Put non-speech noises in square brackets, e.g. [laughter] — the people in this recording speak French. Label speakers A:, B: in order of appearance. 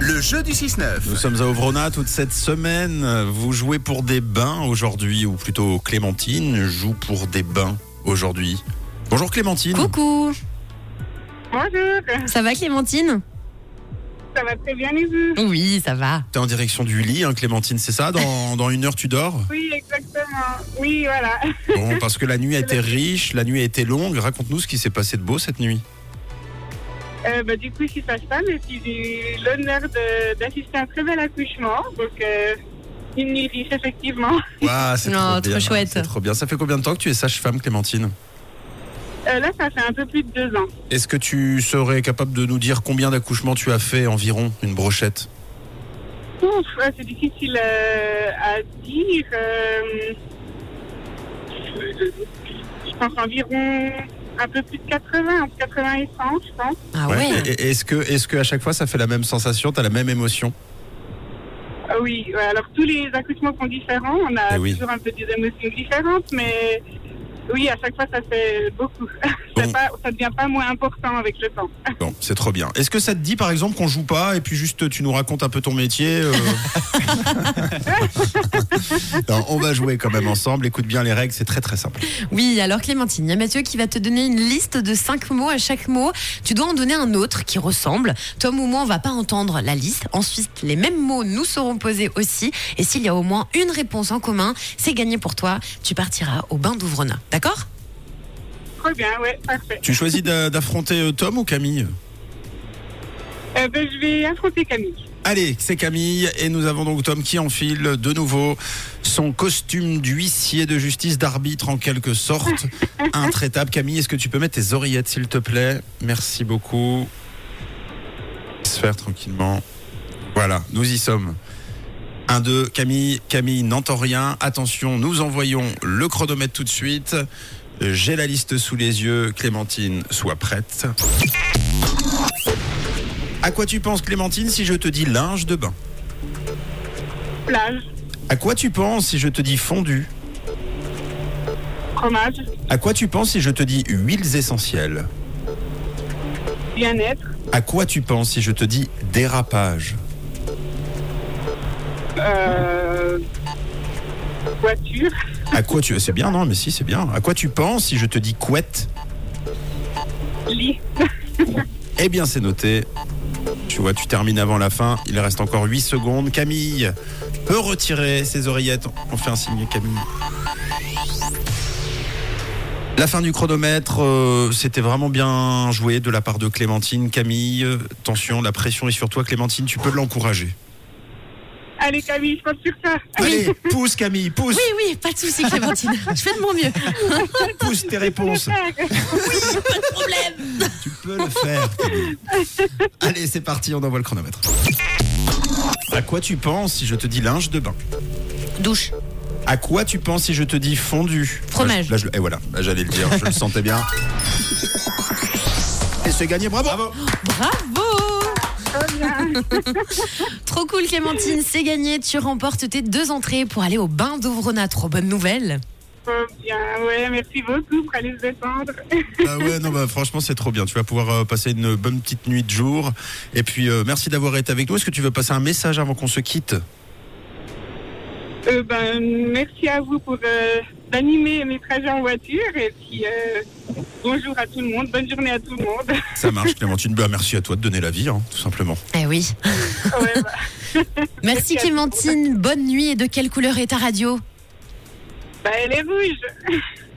A: Le jeu du 6-9.
B: Nous sommes à Ovrona toute cette semaine. Vous jouez pour des bains aujourd'hui, ou plutôt Clémentine joue pour des bains aujourd'hui. Bonjour Clémentine.
C: Coucou,
D: Bonjour,
C: ça va Clémentine
D: ça va très bien et vous
C: Oui, ça va.
B: T'es en direction du lit, hein, Clémentine, c'est ça [laughs] dans, dans une heure, tu dors
D: Oui, exactement. Oui, voilà.
B: Bon, parce que la nuit a été riche, la nuit a été longue. Raconte-nous ce qui s'est passé de beau cette [laughs] nuit.
D: Euh, bah, du coup, je suis sage-femme et puis j'ai eu l'honneur de- d'assister à un très bel accouchement. Donc, euh, une nuit riche, effectivement.
B: Waouh, c'est
C: Non,
B: trop,
C: trop
B: bien,
C: chouette.
B: C'est trop bien. Ça fait combien de temps que tu es sage-femme, Clémentine
D: Euh, là, ça fait un peu plus de deux ans.
B: Est-ce que tu serais capable de nous dire combien d'accouchements tu as fait environ Une brochette
D: Ouf, ouais, c'est difficile euh, à dire. euh, je pense environ un peu plus de 80, entre 80 et 100, je pense.
C: Ah ouais,
B: Et- et- Est-ce que, est que à chaque fois ça fait la même sensation, t'as la même émotion
D: Ah oui, ouais, alors tous les accouchements sont différents, on a
B: Eh oui.
D: toujours un peu des émotions différentes, mais oui, à chaque fois ça fait beaucoup. [laughs] Ça
B: Bon.
D: pas- ça devient pas moins important avec le temps.
B: Bon, c'est trop bien. Est-ce que ça te dit par exemple qu'on joue pas et puis juste tu nous racontes un peu ton métier euh Non, On va jouer quand même ensemble. Écoute bien les règles, c'est très très simple.
C: Oui, alors Clémentine, il y a Mathieu qui va te donner une liste de cinq mots. À chaque mot, tu dois en donner un autre qui ressemble. Tom ou moi, on va pas entendre la liste. Ensuite, les mêmes mots nous seront posés aussi. Et s'il y a au moins une réponse en commun, c'est gagné pour toi. Tu partiras au bain d'Ouvrona. D'accord
D: Trop bien, ouais, parfait.
B: Tu choisis d'a- d'affronter euh, Tom ou Camille
D: Euh, ben, je vais affronter Camille.
B: Allez, c'est Camille et nous avons donc Tom qui enfile de nouveau son costume d'huissier de justice, d'arbitre en quelque sorte, intraitable. Camille, est-ce que tu peux mettre tes oreillettes s'il te plaît Merci beaucoup. Se faire tranquillement. Voilà, nous y sommes. 1, 2, Camille, Camille n'entend rien. Attention, nous envoyons le chronomètre tout de suite. J'ai la liste sous les yeux. Clémentine, sois prête. À quoi tu penses, Clémentine, si je te dis linge de bain
D: Plage,
B: À quoi tu penses si je te dis fondu
D: fromage,
B: À quoi tu penses si je te dis huiles essentielles
D: bien-être,
B: À quoi tu penses si je te dis dérapage
D: euh, voiture,
B: À quoi tu c'est bien non mais si c'est bien. À quoi tu penses si je te dis couette
D: lit.
B: Eh bien c'est noté. Tu vois, tu termines avant la fin. Il reste encore 8 secondes. Camille peut retirer ses oreillettes. On fait un signe à Camille. La fin du chronomètre, euh, c'était vraiment bien joué de la part de Clémentine. Camille, euh, attention, la pression est sur toi. Clémentine, tu peux l'encourager.
D: Allez Camille, je compte sur ça.
B: Allez, pousse Camille, pousse,
C: Oui, oui, pas de souci, [laughs] Clémentine. Je fais de mon mieux.
B: pousse tes réponses.
C: Pas de problème.
B: Tu peux le faire. Camille. Allez, c'est parti, on envoie le chronomètre. À quoi tu penses si je te dis linge de bain
C: Douche.
B: À quoi tu penses si je te dis fondu
C: Fromage.
B: Là, je- là, je- et voilà, là, j'allais le dire, je le sentais bien. Et c'est gagné, bravo.
C: Bravo
D: Trop bien.
C: Trop cool Clémentine, c'est gagné, tu remportes tes deux entrées pour aller au bain d'Ouvrona, trop bonne nouvelle.
D: Trop bien, ouais, merci beaucoup pour aller se détendre.
B: Bah ouais, non, bah, franchement, c'est trop bien. Tu vas pouvoir euh, passer une bonne petite nuit de jour. Et puis, euh, merci d'avoir été avec nous. Est-ce que tu veux passer un message avant qu'on se quitte
D: Euh, ben, merci à vous pour euh, d'animer mes trajets en voiture et puis euh, bonjour à tout le monde, bonne journée à tout le monde. [laughs]
B: Ça marche, Clémentine. Bah, merci à toi de donner la vie, hein, tout simplement.
C: Eh oui.
D: Ouais, bah,
C: [laughs] Merci Clémentine, bonne nuit et de quelle couleur est ta radio
D: bah, elle est Ben, rouge.